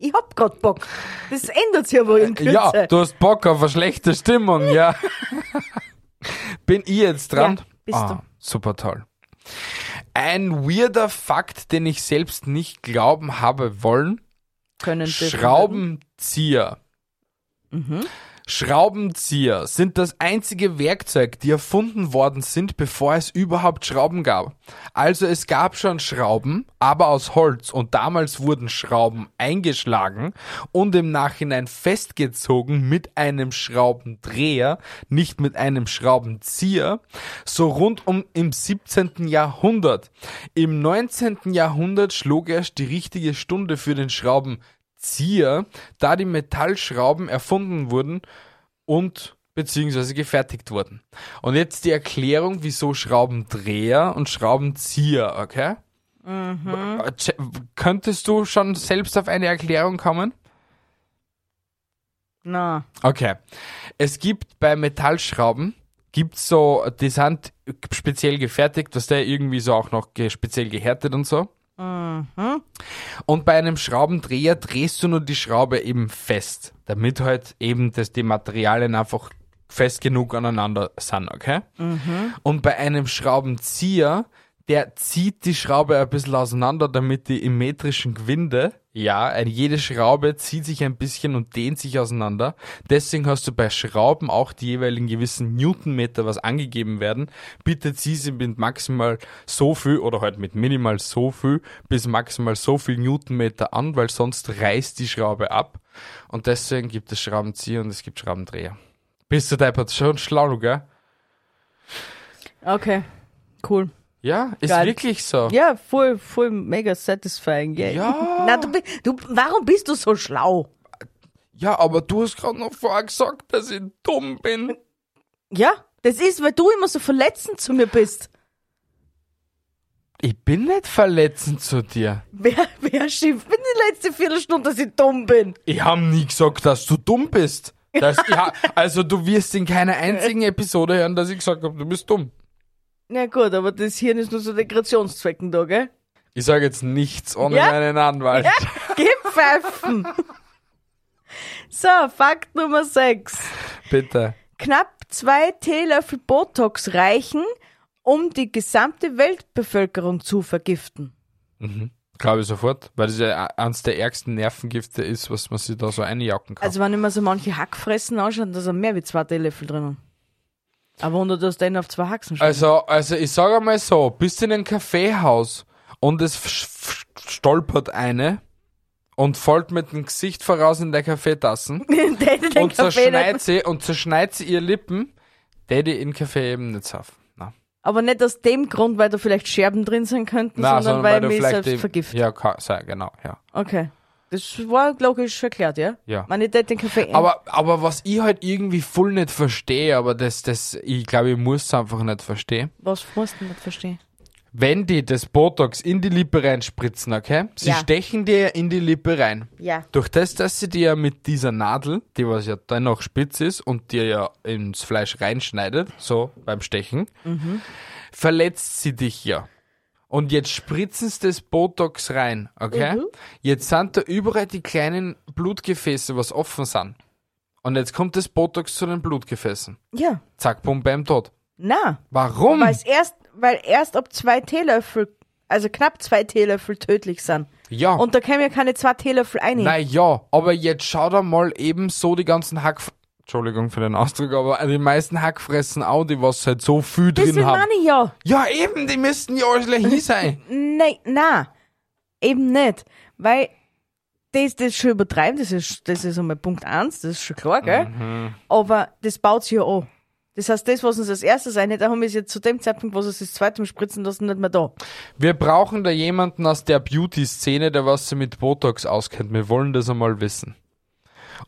Ich hab grad Bock. Das ändert sich aber in Kürze. Äh, Ja, du hast Bock auf eine schlechte Stimmung, ja. Bin ich jetzt dran? Ja, bist ah, du. Super toll. Ein weirder Fakt, den ich selbst nicht glauben habe wollen. Können dürfen. Schraubenzieher. Schraubenzieher sind das einzige Werkzeug, die erfunden worden sind, bevor es überhaupt Schrauben gab. Also es gab schon Schrauben, aber aus Holz und damals wurden Schrauben eingeschlagen und im Nachhinein festgezogen mit einem Schraubendreher, nicht mit einem Schraubenzieher, so rund um im 17. Jahrhundert. Im 19. Jahrhundert schlug erst die richtige Stunde für den Schrauben Zier, da die Metallschrauben erfunden wurden und beziehungsweise gefertigt wurden. Und jetzt die Erklärung, wieso Schraubendreher und Schraubenzieher, okay? Äh, tsch- Könntest du schon selbst auf eine Erklärung kommen? Na, Okay. Es gibt bei Metallschrauben, gibt so, die sind speziell gefertigt, was der irgendwie so auch noch ge speziell gehärtet und so. Und bei einem Schraubendreher drehst du nur die Schraube eben fest, damit halt eben das, die Materialien einfach fest genug aneinander sind, okay? Und bei einem Schraubenzieher, der zieht die Schraube ein bisschen auseinander, damit die im metrischen Gewinde, ja, ein- jede Schraube zieht sich ein bisschen und dehnt sich auseinander. Deswegen hast du bei Schrauben auch die jeweiligen gewissen Newtonmeter, was angegeben werden. Bitte zieh sie mit maximal so viel oder halt mit minimal so viel bis maximal so viel Newtonmeter an, weil sonst reißt die Schraube ab. Und deswegen gibt es Schraubenzieher und es gibt Schraubendreher. Bist du deppert? Schon schlau, gell? okay. Cool. Ja, ist Geil. wirklich so. Ja, voll, voll mega satisfying, yeah. Ja. Na, du, bi- du, warum bist du so schlau? Ja, aber du hast gerade noch vorher gesagt, dass ich dumm bin. Ja, das ist, weil du immer so verletzend zu mir bist. Ich bin nicht verletzend zu dir. Wer, wer schimpft in die letzte Viertelstunde, dass ich dumm bin? Ich habe nie gesagt, dass du dumm bist. Das, ja, also du wirst in keiner einzigen Episode hören, dass ich gesagt habe, du bist dumm. Na gut, aber das Hirn ist nur zu Dekorationszwecken da, gell? Ich sage jetzt nichts ohne Ja? meinen Anwalt. Gepfeifen! so, Fakt Nummer 6. Bitte. Knapp zwei Teelöffel Botox reichen, um die gesamte Weltbevölkerung zu vergiften. Glaube ich sofort, weil das ja eines der ärgsten Nervengifte ist, was man sich da so einjacken kann. Also wenn immer so manche Hackfressen anschauen, da sind mehr wie zwei Teelöffel drinnen. Aber wunder, dass der auf zwei Haxen steht. Also, also ich sage mal so, bist in einem Kaffeehaus und es f- f- stolpert eine und fällt mit dem Gesicht voraus in der Kaffeetassen Der hätte den und Kaffee zerschneit nicht- sie und zerschneit sie ihr Lippen, Daddy in Kaffee eben nicht auf. Na, Aber nicht aus dem Grund, weil da vielleicht Scherben drin sein könnten, Na, sondern, weil, ich mich vielleicht selbst die- vergiftet. Ja, kann, sei, genau, ja. Okay. Das war logisch erklärt, ja? Ja. Man hätte den Kaffee Aber, aber was ich halt irgendwie voll nicht verstehe, aber das, das, ich glaube, ich muss es einfach nicht verstehen. Was musst du nicht verstehen? Wenn die das Botox in die Lippe reinspritzen, okay? Sie Ja. stechen dir in die Lippe rein. Ja. Durch das, dass sie dir ja mit dieser Nadel, die was ja dennoch spitz ist und dir ja ins Fleisch reinschneidet, so beim Stechen, verletzt sie dich ja. Und jetzt spritzen sie das Botox rein, okay? Mhm. Jetzt sind da überall die kleinen Blutgefäße, was offen sind. Und jetzt kommt das Botox zu den Blutgefäßen. Ja. Zack, bum, bam, tot. Na. Warum? Weil es erst, weil erst ob zwei Teelöffel, also knapp zwei Teelöffel tödlich sind. ja. Und da können ja keine zwei Teelöffel einnehmen. Na ja, aber jetzt schau da mal eben so die ganzen Hack... Entschuldigung für den Ausdruck, aber die meisten Hackfressen auch, die was halt so viel drin Deswegen haben. meine ich ja. Ja, eben, die müssten ja alle hier sein. Nein, na. Eben nicht. Weil das, das schon übertreiben, das ist, das ist einmal Punkt eins, das ist schon klar, gell? Mhm. Aber das baut sich ja an. Das heißt, das, was uns als erstes einhält, da haben wir es jetzt zu dem Zeitpunkt, wo sie es das zweite Mal spritzen lassen, nicht mehr da. Wir brauchen da jemanden aus der Beauty-Szene, der was sie mit Botox auskennt. Wir wollen das einmal wissen.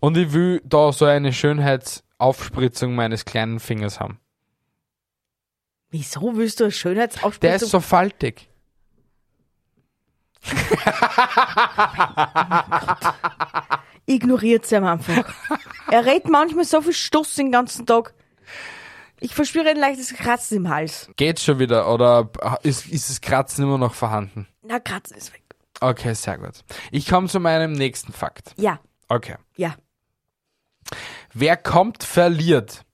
Und ich will da so eine Schönheitsaufspritzung meines kleinen Fingers haben. Wieso willst du eine Schönheitsaufspritzung? Der ist so faltig. ignoriert sie am Anfang. er redet manchmal so viel Stuss den ganzen Tag. Ich verspüre ein leichtes Kratzen im Hals. Geht schon wieder oder ist, ist das Kratzen immer noch vorhanden? Na, Kratzen ist weg. Okay, sehr gut. Ich komme zu meinem nächsten Fakt. Ja, Okay. ja. Wer kommt, verliert.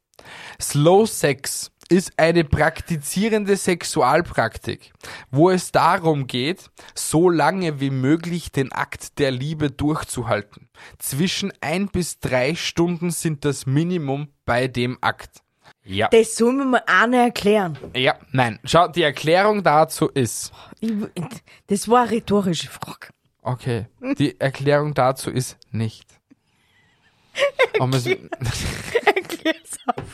Slow Sex ist eine praktizierende Sexualpraktik, wo es darum geht, so lange wie möglich den Akt der Liebe durchzuhalten. Zwischen ein bis drei Stunden sind das Minimum bei dem Akt. Ja, Das soll mir mal einer erklären. ja, nein. Schau, die Erklärung dazu ist, Ich, das war eine rhetorische Frage. okay, die Erklärung dazu ist nicht. Und wir- Erklär's auf.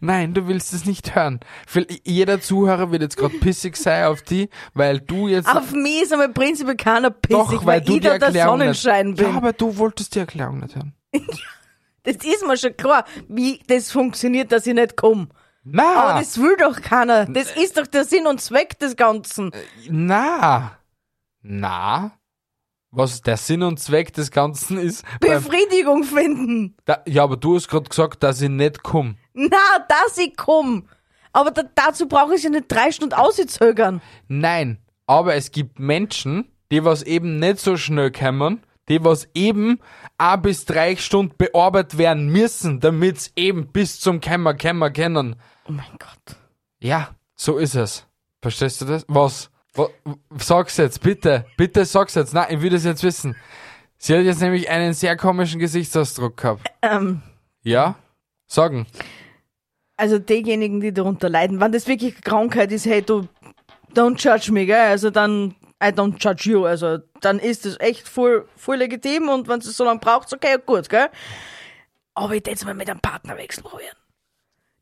Nein, du willst es nicht hören. Weil Jeder Zuhörer wird jetzt gerade pissig sein auf die, weil du jetzt Auf mich ist einmal prinzipiell keiner pissig, Doch, weil du ich die da der Erklärung Sonnenschein nicht. bin. Ja, aber du wolltest die Erklärung nicht hören. das ist mir schon klar, wie das funktioniert, dass ich nicht komme. Na, Äh, Aber das will doch keiner. Das ist doch der Sinn und Zweck des Ganzen. na. Na, was der Sinn und Zweck des Ganzen ist. beim- Befriedigung finden. da, ja, aber du hast gerade gesagt, dass ich nicht komme. Na, dass ich komm. Aber da, dazu brauche ich ja nicht drei Stunden auszögern. Nein, aber es gibt Menschen, die was eben nicht so schnell kommen, die was eben a bis drei Stunden bearbeitet werden müssen, damit's eben bis zum Kämmer Kämmer kennen. Oh mein Gott. Ja, so ist es. Verstehst du das? Was? Wa- Sag's jetzt, bitte. Bitte sag's jetzt. Nein, ich will das jetzt wissen. Sie hat jetzt nämlich einen sehr komischen Gesichtsausdruck gehabt. Ähm, Ja? Sagen. also diejenigen, die darunter leiden, wenn das wirklich eine Krankheit ist, hey, du, don't judge me, gell? Also dann, I don't judge you. Also dann ist das echt voll, voll legitim und wenn es so lange braucht, okay, gut, gell? Aber ich jetzt mal mit einem Partnerwechsel probieren.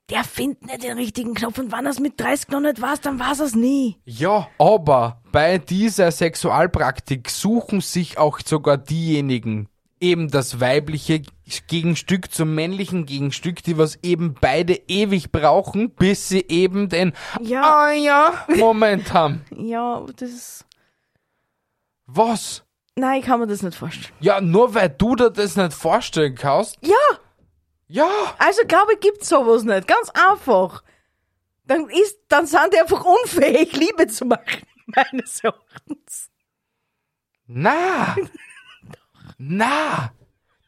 Der findet nicht den richtigen Knopf und wenn er es mit 30 noch nicht weiß, dann weiß er es nie. Ja, aber bei dieser Sexualpraktik suchen sich auch sogar diejenigen, eben das weibliche Gegenstück zum männlichen Gegenstück, die was eben beide ewig brauchen, bis sie eben den Ja. Ah ja Moment haben. Ja, das ist. Was? Nein, ich kann mir das nicht vorstellen. Ja, nur weil du dir das nicht vorstellen kannst. Ja, Ja, also glaube ich, gibt's sowas nicht. Ganz einfach. Dann ist, dann sind die einfach unfähig, Liebe zu machen, meines Erachtens. na. Na.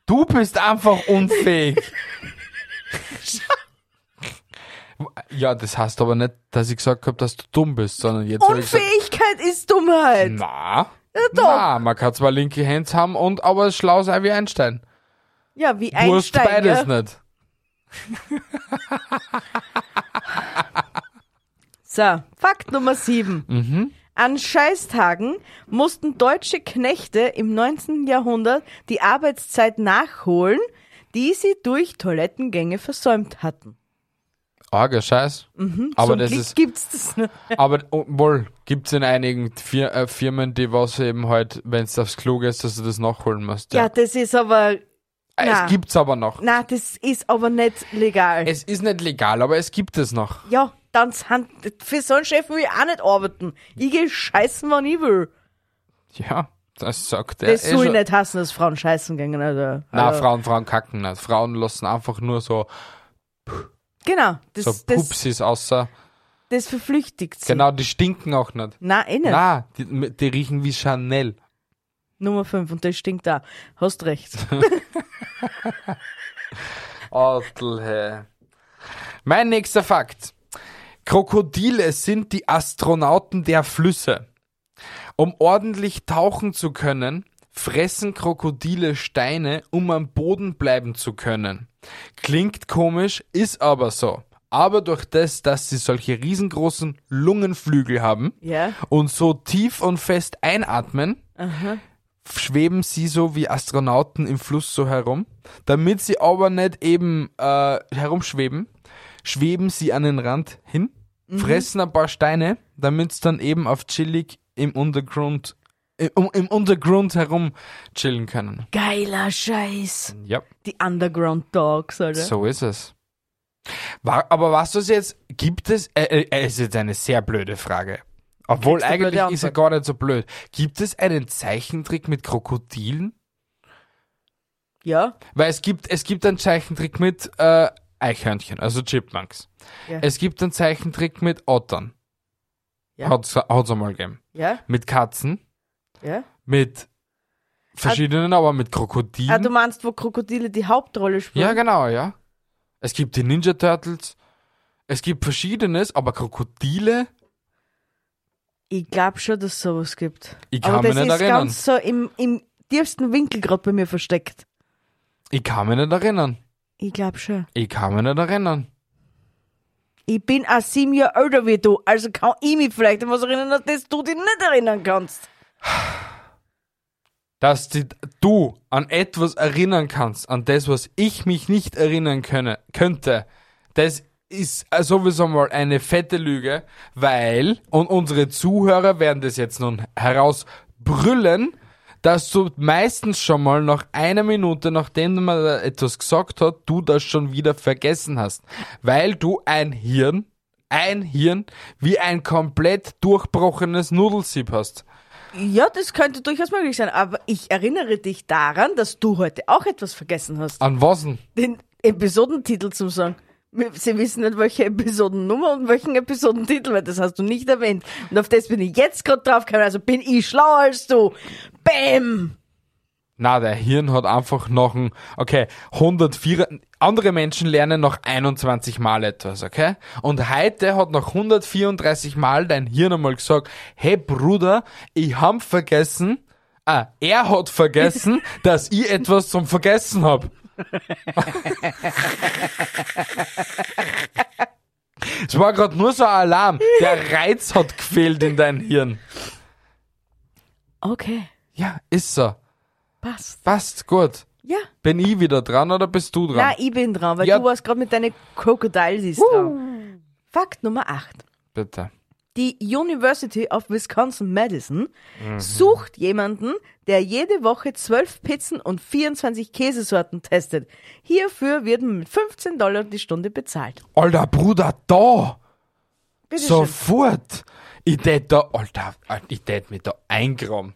Du bist einfach unfähig. Ja, das heißt aber nicht, dass ich gesagt habe, dass du dumm bist, sondern jetzt habe ich gesagt, Unfähigkeit ist Dummheit. na, doch. na, man kann zwar linke Hands haben und aber schlau sein wie Einstein. Ja, wie Du hast Einstein. beides gell? nicht. So, Fakt Nummer 7. Mhm. An Scheißtagen mussten deutsche Knechte im 19. Jahrhundert die Arbeitszeit nachholen, die sie durch Toilettengänge versäumt hatten. Arger Scheiß. aber Zum das Glück ist, gibt's das nicht. aber oh, wohl gibt's in einigen Fir äh, Firmen, die was eben halt, wenn's aufs Klo ist, dass du das nachholen musst. Ja, das ist aber Äh, na. Es gibt's aber noch. Na, das ist aber nicht legal. Es ist nicht legal, aber es gibt es noch. ja, dann sind, für so einen Chef will ich auch nicht arbeiten. Ich gehe scheißen, wann ich will. Ja, das sagt er. Das eh soll ich schon. nicht hassen, dass Frauen scheißen gehen. Also, Na, also, Frauen, Frauen kacken nicht. Frauen lassen einfach nur so, Genau, das, so das, Pupsis außer. das verflüchtigt sie. Genau, die stinken auch nicht. Na, eh nicht. Na, die, die riechen wie Chanel. Nummer 5 und das stinkt da. Hast recht. Adelhe. Mein nächster Fakt. Krokodile sind die Astronauten der Flüsse. Um ordentlich tauchen zu können, fressen Krokodile Steine, um am Boden bleiben zu können. Klingt komisch, ist aber so. Aber durch das, dass sie solche riesengroßen Lungenflügel haben Ja. und so tief und fest einatmen, schweben sie so wie Astronauten im Fluss so herum. Damit sie aber nicht eben äh, herumschweben, schweben sie an den Rand hin, Mhm. fressen ein paar Steine, damit sie dann eben auf chillig im Untergrund im, im Untergrund herum chillen können. Geiler Scheiß. Ja, Die Underground Dogs, oder? so ist es. War, aber was das jetzt gibt es? Äh, äh, es ist jetzt eine sehr blöde Frage. Obwohl Kriegst du blöde eigentlich ist er Antwort. gar nicht so blöd. Gibt es einen Zeichentrick mit Krokodilen? Ja. Weil es gibt, es gibt einen Zeichentrick mit äh, Eichhörnchen, also Chipmunks. Ja. Es gibt einen Zeichentrick mit Ottern. Ja. Hat's, hat's einmal gegeben. Ja. Mit Katzen, Ja. mit verschiedenen, aber mit Krokodilen. Ah, du meinst, wo Krokodile die Hauptrolle Hm? spielen? ja, genau, ja. Es gibt die Ninja Turtles. Es gibt verschiedenes, aber Krokodile, Ich glaube schon, dass es sowas gibt. Ich kann Aber mich das nicht ist erinnern. ganz so im, im tiefsten Winkel gerade bei mir versteckt. ich kann mich nicht erinnern. Ich glaube schon. Ich kann mich nicht erinnern. Ich bin auch sieben Jahre älter wie du, also kann ich mich vielleicht an was erinnern, an das du dich nicht erinnern kannst. dass die, du an etwas erinnern kannst, an das, was ich mich nicht erinnern könne, könnte, das ist sowieso mal eine fette Lüge, weil, und unsere Zuhörer werden das jetzt nun herausbrüllen, dass du meistens schon mal nach einer Minute, nachdem man da etwas gesagt hat, du das schon wieder vergessen hast. Weil du ein Hirn, ein Hirn, wie ein komplett durchbrochenes Nudelsieb hast. Ja, das könnte durchaus möglich sein, aber ich erinnere dich daran, dass du heute auch etwas vergessen hast. An was denn? Den Episodentitel zum Song. Sie wissen nicht, welche Episodennummer und welchen Episodentitel, weil das hast du nicht erwähnt. Und auf das bin ich jetzt gerade draufgekommen, also bin ich schlauer als du. Bäm! Na, der Hirn hat einfach noch ein, okay, 104, andere Menschen lernen noch 21 Mal etwas, okay? Und heute hat noch 134 Mal dein Hirn einmal gesagt, hey Bruder, ich hab vergessen, ah, er hat vergessen, dass ich etwas zum Vergessen hab. Es war gerade nur so ein Alarm. Der Reiz hat gefehlt in dein Hirn. Okay, Ja, ist so. passt. Passt gut. Ja. Bin ich wieder dran oder bist du dran? Na, ich bin dran, weil Ja. du warst gerade mit deinen Crocodiles dran. Fakt Nummer 8. Bitte. Die University of Wisconsin-Madison sucht jemanden, der jede Woche 12 Pizzen und 24 Käsesorten testet. Hierfür wird man mit 15 Dollar die Stunde bezahlt. Alter Bruder, da! Bitte schön. Sofort! Ich tät da, Alter, Alter, ich tät mich da eingraben.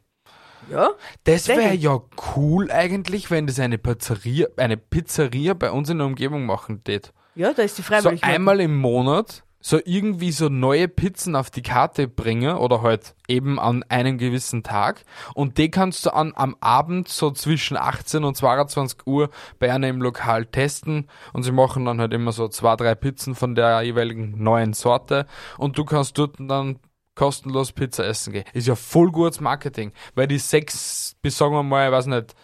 Ja? Das Denk wäre ich. ja cool eigentlich, wenn das eine Pizzeria, eine Pizzeria bei uns in der Umgebung machen tät. ja, da ist die So Freiwilligkeit. einmal im Monat so irgendwie so neue Pizzen auf die Karte bringe oder halt eben an einem gewissen Tag und die kannst du an, am Abend so zwischen 18 und 22 Uhr bei einer im Lokal testen und sie machen dann halt immer so zwei, drei Pizzen von der jeweiligen neuen Sorte und du kannst dort dann kostenlos Pizza essen gehen. Ist ja voll gutes Marketing, weil die sechs bis sagen wir mal, ich weiß nicht,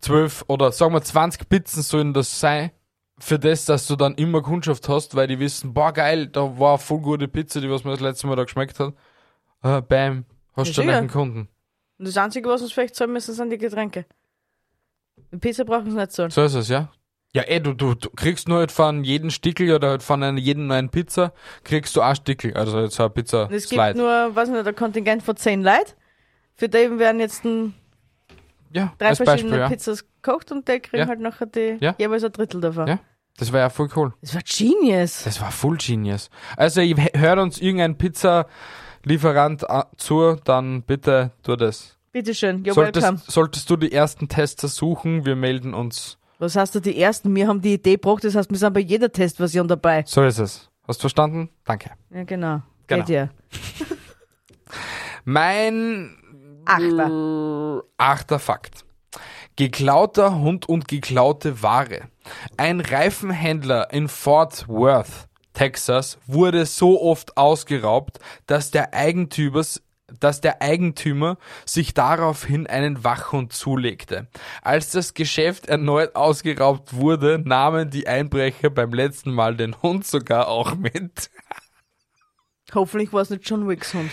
zwölf oder sagen wir 20 Pizzen sollen das sein für das, dass du dann immer Kundschaft hast, weil die wissen, boah geil, da war eine voll gute Pizza, die was mir das letzte Mal da geschmeckt hat. Äh, bam, hast du Ja, sicher. einen Kunden. Und das Einzige, was uns vielleicht zahlen müssen, sind die Getränke. Die Pizza brauchen sie nicht zahlen. So ist es, ja? Ja, ey, du, du, du kriegst nur halt von jedem Stickel oder halt von einer, jeden neuen Pizza, kriegst du ein Stickel, also jetzt eine Pizza Und es gibt Slide. nur, weiß nicht, ein Kontingent von 10 Leuten. Für den werden jetzt ein, ja, drei als verschiedene Beispiel, ja. Pizzas gekocht und die kriegen Ja. halt nachher die, Ja. jeweils ein Drittel davon. Ja. Das war ja voll cool. Das war genius. Das war full genius. Also, ihr he- hört uns irgendein Pizzalieferant äh, zu, dann bitte tu das. Bitteschön, you're welcome. Solltest, solltest du die ersten Tester suchen, wir melden uns. Was hast du die ersten? Wir haben die Idee gebracht, das heißt, wir sind bei jeder Testversion dabei. So ist es. Hast du verstanden? Danke. Ja, genau. Genau. Geht ja. Mein Achter. achter Fakt. Geklauter Hund und geklaute Ware. Ein Reifenhändler in Fort Worth, Texas, wurde so oft ausgeraubt, dass der Eigentümer, dass der Eigentümer sich daraufhin einen Wachhund zulegte. Als das Geschäft erneut ausgeraubt wurde, nahmen die Einbrecher beim letzten Mal den Hund sogar auch mit. Hoffentlich war es nicht John Wicks Hund.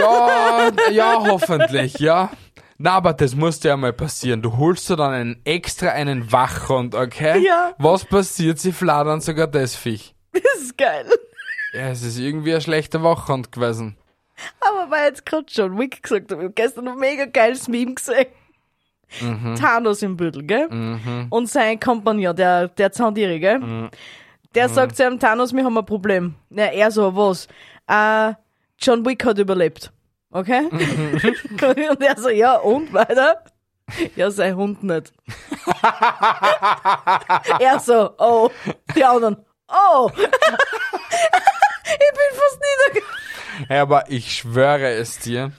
Ja, ja, hoffentlich, ja. Na, aber das musste ja mal passieren. Du holst dir dann einen, extra einen Wachhund, okay? Ja. Was passiert? Sie fladern sogar das Viech. Das ist geil. Ja, es ist irgendwie ein schlechter Wachhund gewesen. Aber weil ich jetzt gerade John Wick gesagt habe, ich habe gestern ein mega geiles Meme gesehen. Thanos im Büttel, gell? Und sein Kompagnon, der, der Zandiri, gell? Der sagt zu einem Thanos, wir haben ein Problem. Na, er so, was? Äh, John Wick hat überlebt. Okay? und er so, ja, und weiter? Ja, sein Hund nicht. er so, oh. Die anderen, oh. ich bin fast niedergegangen. Hey, aber ich schwöre es dir.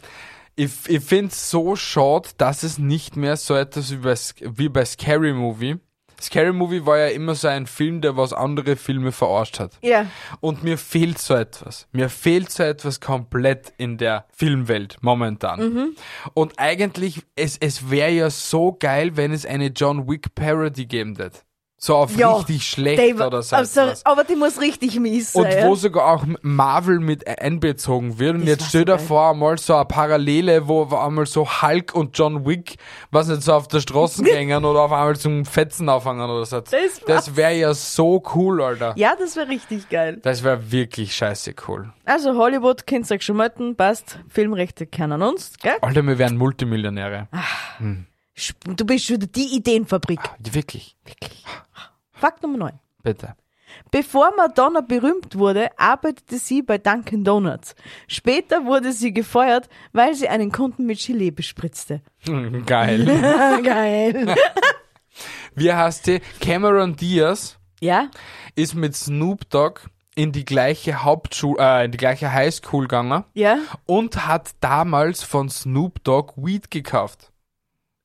Ich, ich finde es so schade, dass es nicht mehr so etwas wie bei, Sc- wie bei Scary Movie. Scary Movie war ja immer so ein Film, der was andere Filme verarscht hat. Ja. Und mir fehlt so etwas. Mir fehlt so etwas komplett in der Filmwelt momentan. Mhm. Und eigentlich, es, es wäre ja so geil, wenn es eine John Wick Parody geben würde. So auf Ja, richtig schlecht Dave, oder so. also, etwas. aber die muss richtig mies sein. Und wo sogar auch Marvel mit einbezogen wird. Und Das jetzt war stell so dir geil. vor, einmal so eine Parallele, wo auf einmal so Hulk und John Wick, was nicht so auf der Straße gängen oder auf einmal zum Fetzen aufhängen oder so. Das Das wäre ja so cool, Alter. ja, das wäre richtig geil. Das wäre wirklich scheiße cool. Also Hollywood, könnt ihr schmelten, passt. Filmrechte kennen an uns, gell? Alter, wir wären Multimillionäre. Sp- Du bist wieder die Ideenfabrik. Ah, Wirklich. Fakt Nummer 9. Bitte. Bevor Madonna berühmt wurde, arbeitete sie bei Dunkin' Donuts. Später wurde sie gefeuert, weil sie einen Kunden mit Gelee bespritzte. Geil. Geil. Wie heißt die? Cameron Diaz Ja? ist mit Snoop Dogg in die gleiche Hauptschule, äh, in die gleiche Highschool gegangen Ja? und hat damals von Snoop Dogg Weed gekauft.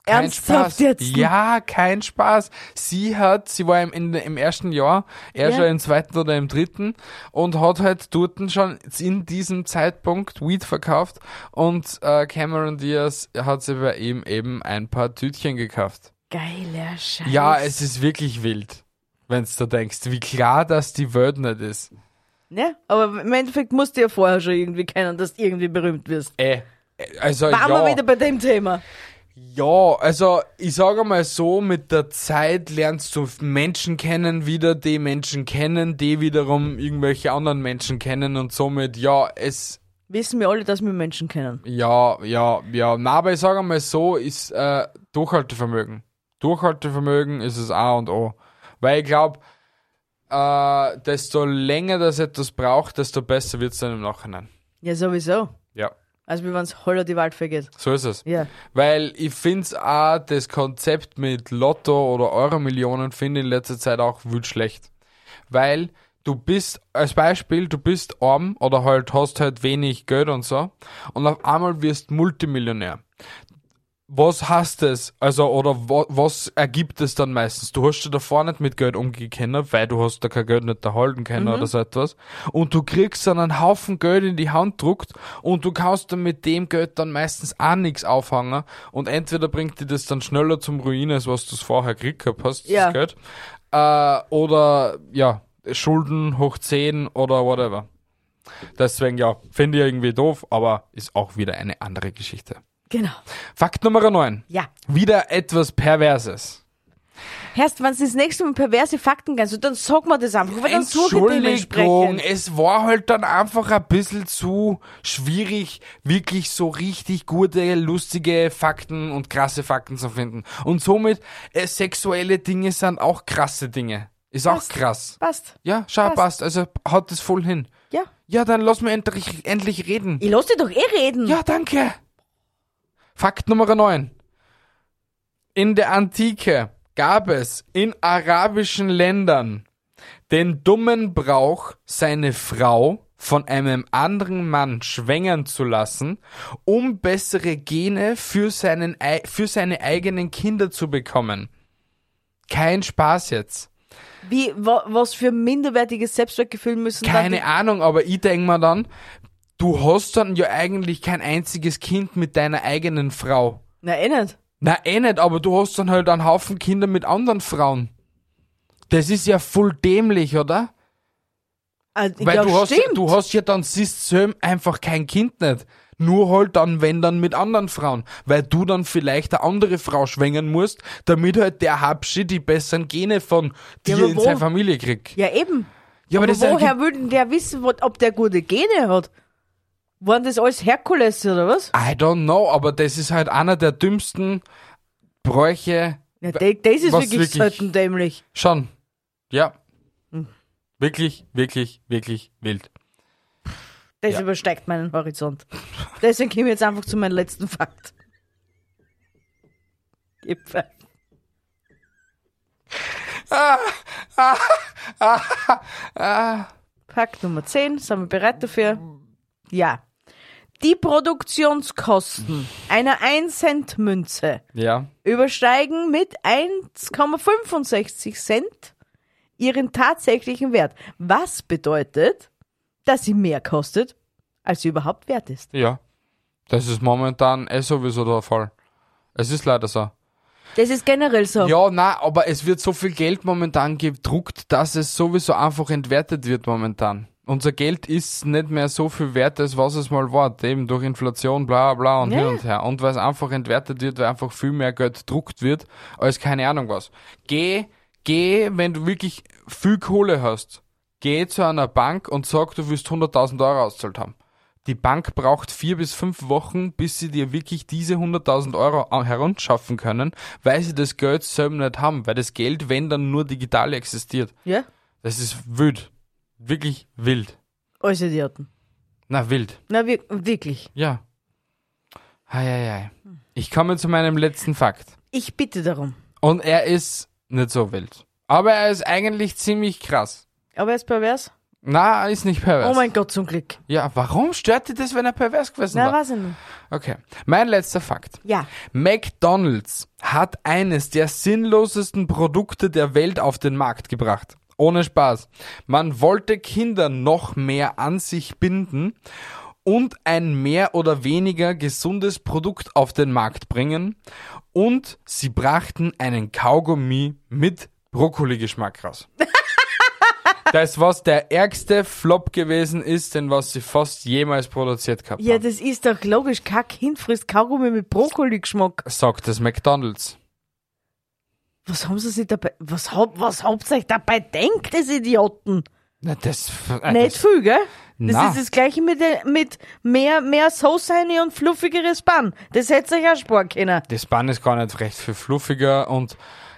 Kein Ernsthaft Spaß. jetzt? Ja, kein Spaß. Sie hat, sie war im, in, im ersten Jahr, er Ja. schon im zweiten oder im dritten und hat halt dort schon in diesem Zeitpunkt Weed verkauft und äh, Cameron Diaz hat sie bei ihm eben ein paar Tütchen gekauft. Geiler Scheiß. Ja, es ist wirklich wild, wenn's da denkst, wie klar das die Welt nicht ist. Ne? Aber im Endeffekt musst du ja vorher schon irgendwie kennen, dass du irgendwie berühmt wirst. Äh, also Waren ja. wir wieder bei dem Thema. Ja, also ich sage mal so, mit der Zeit lernst du Menschen kennen, wieder die Menschen kennen, die wiederum irgendwelche anderen Menschen kennen und somit, ja, es, Wissen wir alle, dass wir Menschen kennen. ja, ja, ja. Na, aber ich sage mal so, ist äh, Durchhaltevermögen. Durchhaltevermögen ist es A und O. Weil ich glaube, äh, desto länger das etwas braucht, desto besser wird's dann im Nachhinein. Ja, sowieso. Ja, Also wie wenn's holler die Wald vergeht. so ist es. Ja. Weil ich find's auch, das Konzept mit Lotto oder Euro-Millionen finde ich in letzter Zeit auch wild schlecht. Weil du bist, als Beispiel, du bist arm oder halt hast halt wenig Geld und so und auf einmal wirst Multimillionär. Was hast es? Also, oder wa- was ergibt es dann meistens? Du hast ja davor nicht mit Geld umgehen können, weil du hast da kein Geld nicht erhalten können oder so etwas. Und du kriegst dann einen Haufen Geld in die Hand druckt und du kannst dann mit dem Geld dann meistens auch nichts auffangen. Und entweder bringt dir das dann schneller zum Ruin, als was du es vorher gekriegt gehabt hast, das Ja. Geld. Äh, oder, ja, Schulden hoch 10 oder whatever. Deswegen, ja, finde ich irgendwie doof, aber ist auch wieder eine andere Geschichte. Genau. Fakt Nummer 9. Ja. Wieder etwas Perverses. Erst wenn's das nächste Mal perverse Fakten kannst, dann sag mir das einfach, weil dann suche ich Entschuldigung, dementsprechend. es war halt dann einfach ein bisschen zu schwierig, wirklich so richtig gute, lustige Fakten und krasse Fakten zu finden. Und somit, äh, sexuelle Dinge sind auch krasse Dinge. Ist auch Passt. krass. Passt. Ja, schau, Passt. passt. Also haut es voll hin. Ja. Ja, dann lass mir endlich, endlich reden. Ich lass dich doch eh reden. Ja, danke. Fakt Nummer 9. In der Antike gab es in arabischen Ländern den dummen Brauch, seine Frau von einem anderen Mann schwängern zu lassen, um bessere Gene für, seinen, ei- für seine eigenen Kinder zu bekommen. Kein Spaß jetzt. Wie, wa, was für minderwertiges Selbstwertgefühl müssen Keine dann Ahnung, aber ich denk mir dann, du hast dann ja eigentlich kein einziges Kind mit deiner eigenen Frau. die, Na, eh nicht. Na, eh nicht, aber du hast dann halt einen Haufen Kinder mit anderen Frauen. Das ist ja voll dämlich, oder? Also, Weil ja, du, hast, stimmt. du hast ja dann System einfach kein Kind nicht. Nur halt dann, wenn dann mit anderen Frauen. Weil du dann vielleicht eine andere Frau schwängern musst, damit halt der Habschi die besseren Gene von dir Ja, aber in wo- seine Familie kriegt. ja, eben. Ja, aber, Aber das ist ja woher würden der wissen, wo- ob der gute Gene hat? Waren das alles Herkules oder was? I don't know, aber das ist halt einer der dümmsten Bräuche Ja, de- das ist was wirklich, wirklich- selten dämlich. schon. Ja. Wirklich, wirklich, wirklich wild. Das übersteigt meinen Horizont. Deswegen komme ich jetzt einfach zu meinem letzten Fakt. Gipfel. Fakt Nummer 10, sind wir bereit dafür? Ja. Die Produktionskosten einer 1-Cent-Münze Ja. übersteigen mit 1,65 Cent ihren tatsächlichen Wert. Was bedeutet, dass sie mehr kostet, als sie überhaupt wert ist. Ja. Das ist momentan eh sowieso der Fall. Es ist leider so. Das ist generell so. Ja, na, aber es wird so viel Geld momentan gedruckt, dass es sowieso einfach entwertet wird momentan. Unser Geld ist nicht mehr so viel wert, als was es mal war. Eben durch Inflation, bla bla und Ja, hin ja. und her. Und weil es einfach entwertet wird, weil einfach viel mehr Geld druckt wird, als keine Ahnung was. Geh, geh, wenn du wirklich viel Kohle hast, geh zu einer Bank und sag, du willst 100.000 Euro auszahlt haben. Die Bank braucht vier bis fünf Wochen, bis sie dir wirklich diese 100.000 Euro a- heranschaffen können, weil sie das Geld selber nicht haben, weil das Geld, wenn dann nur digital existiert. Ja? Das ist wild. Wirklich wild. Alles Also, Idioten. Na, wild. Na, wir wirklich. Ja. Eieiei. Ich komme zu meinem letzten Fakt. Ich bitte darum. Und er ist nicht so wild. Aber er ist eigentlich ziemlich krass. Aber er ist pervers. Na, er ist nicht pervers. Oh mein Gott, zum Glück. ja, warum stört dich das, wenn er pervers gewesen Na, war? weiß ich nicht. Okay. Mein letzter Fakt. Ja. McDonald's hat eines der sinnlosesten Produkte der Welt auf den Markt gebracht. Ohne Spaß. Man wollte Kinder noch mehr an sich binden und ein mehr oder weniger gesundes Produkt auf den Markt bringen und sie brachten einen Kaugummi mit Brokkoli-Geschmack raus. Das, was der ärgste Flop gewesen ist, den was sie fast jemals produziert gehabt Ja, haben, das ist doch logisch. Kein Kind frisst Kaugummi mit Brokkoli-Geschmack. sagt das McDonald's. Was haben sie sich dabei, was hab, was habt ihr euch dabei denkt, das Idioten? Na, das, äh, Nicht das, viel, gell? Das Na. ist das gleiche mit, der- mit mehr, mehr Sauce rein und fluffigeres Bann. Das hätte sich auch sparen können. das Bann ist gar nicht recht viel fluffiger und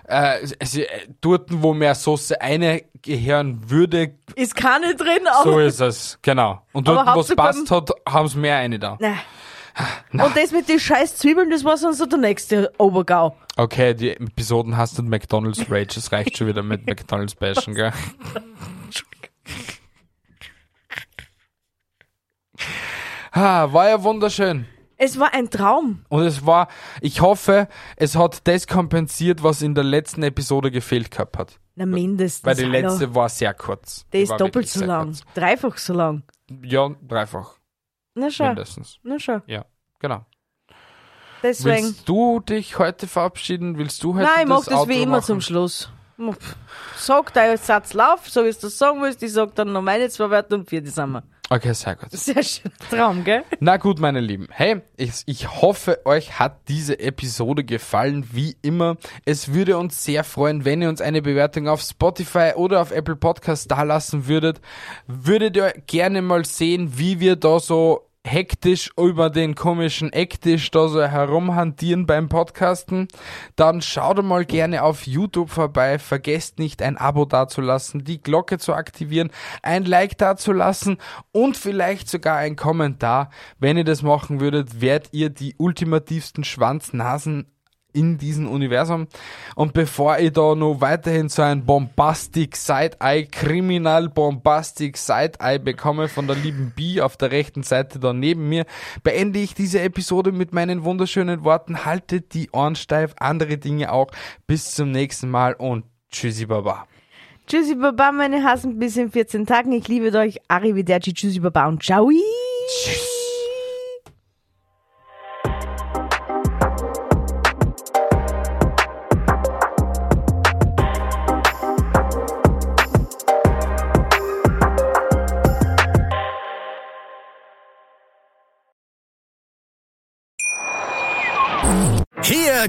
äh, es, äh, dort, wo mehr Soße eine gehören würde, Ist keine drin, aber. so ist es, genau. Und dort, Aber wo es Hauptsache passt hat, haben sie mehr eine da. Nein. Ah, Und das mit den scheiß Zwiebeln, das war sonst so der nächste Obergau. Okay, die Episoden hast du mit McDonald's Rage, es reicht schon wieder mit McDonald's Bashen, gell? Ah, war ja wunderschön. Es war ein Traum. Und es war, ich hoffe, es hat das kompensiert, was in der letzten Episode gefehlt gehabt hat. Na, mindestens. Weil die hallo. letzte war sehr kurz. Der Die ist war doppelt wirklich so sehr lang. kurz. Dreifach so lang. Ja, dreifach. Na schau. Mindestens. Na schau. Ja, genau. Deswegen. Willst du dich heute verabschieden? Willst du heute Nein, ich mach das das Outro wie immer machen? zum Schluss. Pff. Sag deinen Satz lauf, so wie du das sagen willst. Ich sag dann noch meine zwei Wörter und vier, die sind wir. Okay, sehr gut. Sehr schön. Traum, gell? Na gut, meine Lieben. Hey, ich, ich hoffe, euch hat diese Episode gefallen, wie immer. Es würde uns sehr freuen, wenn ihr uns eine Bewertung auf Spotify oder auf Apple Podcast dalassen würdet. Würdet ihr gerne mal sehen, wie wir da so hektisch über den komischen Ecktisch da so herumhantieren beim Podcasten, dann schaut mal gerne auf YouTube vorbei. Vergesst nicht, ein Abo dazulassen, die Glocke zu aktivieren, ein Like dazulassen und vielleicht sogar ein Kommentar. Wenn ihr das machen würdet, wärt ihr die ultimativsten Schwanznasen in diesem Universum. Und bevor ihr da noch weiterhin so ein Bombastic Side-Eye, Kriminal Bombastic Side-Eye bekomme von der lieben Bi auf der rechten Seite da neben mir, beende ich diese Episode mit meinen wunderschönen Worten. Haltet die Ohren steif, andere Dinge auch. Bis zum nächsten Mal und tschüssi Baba. Tschüssi, Baba, meine Hasen, bis in 14 Tagen. Ich liebe euch. Arrivederci, Tschüssi, Baba und ciao. Hier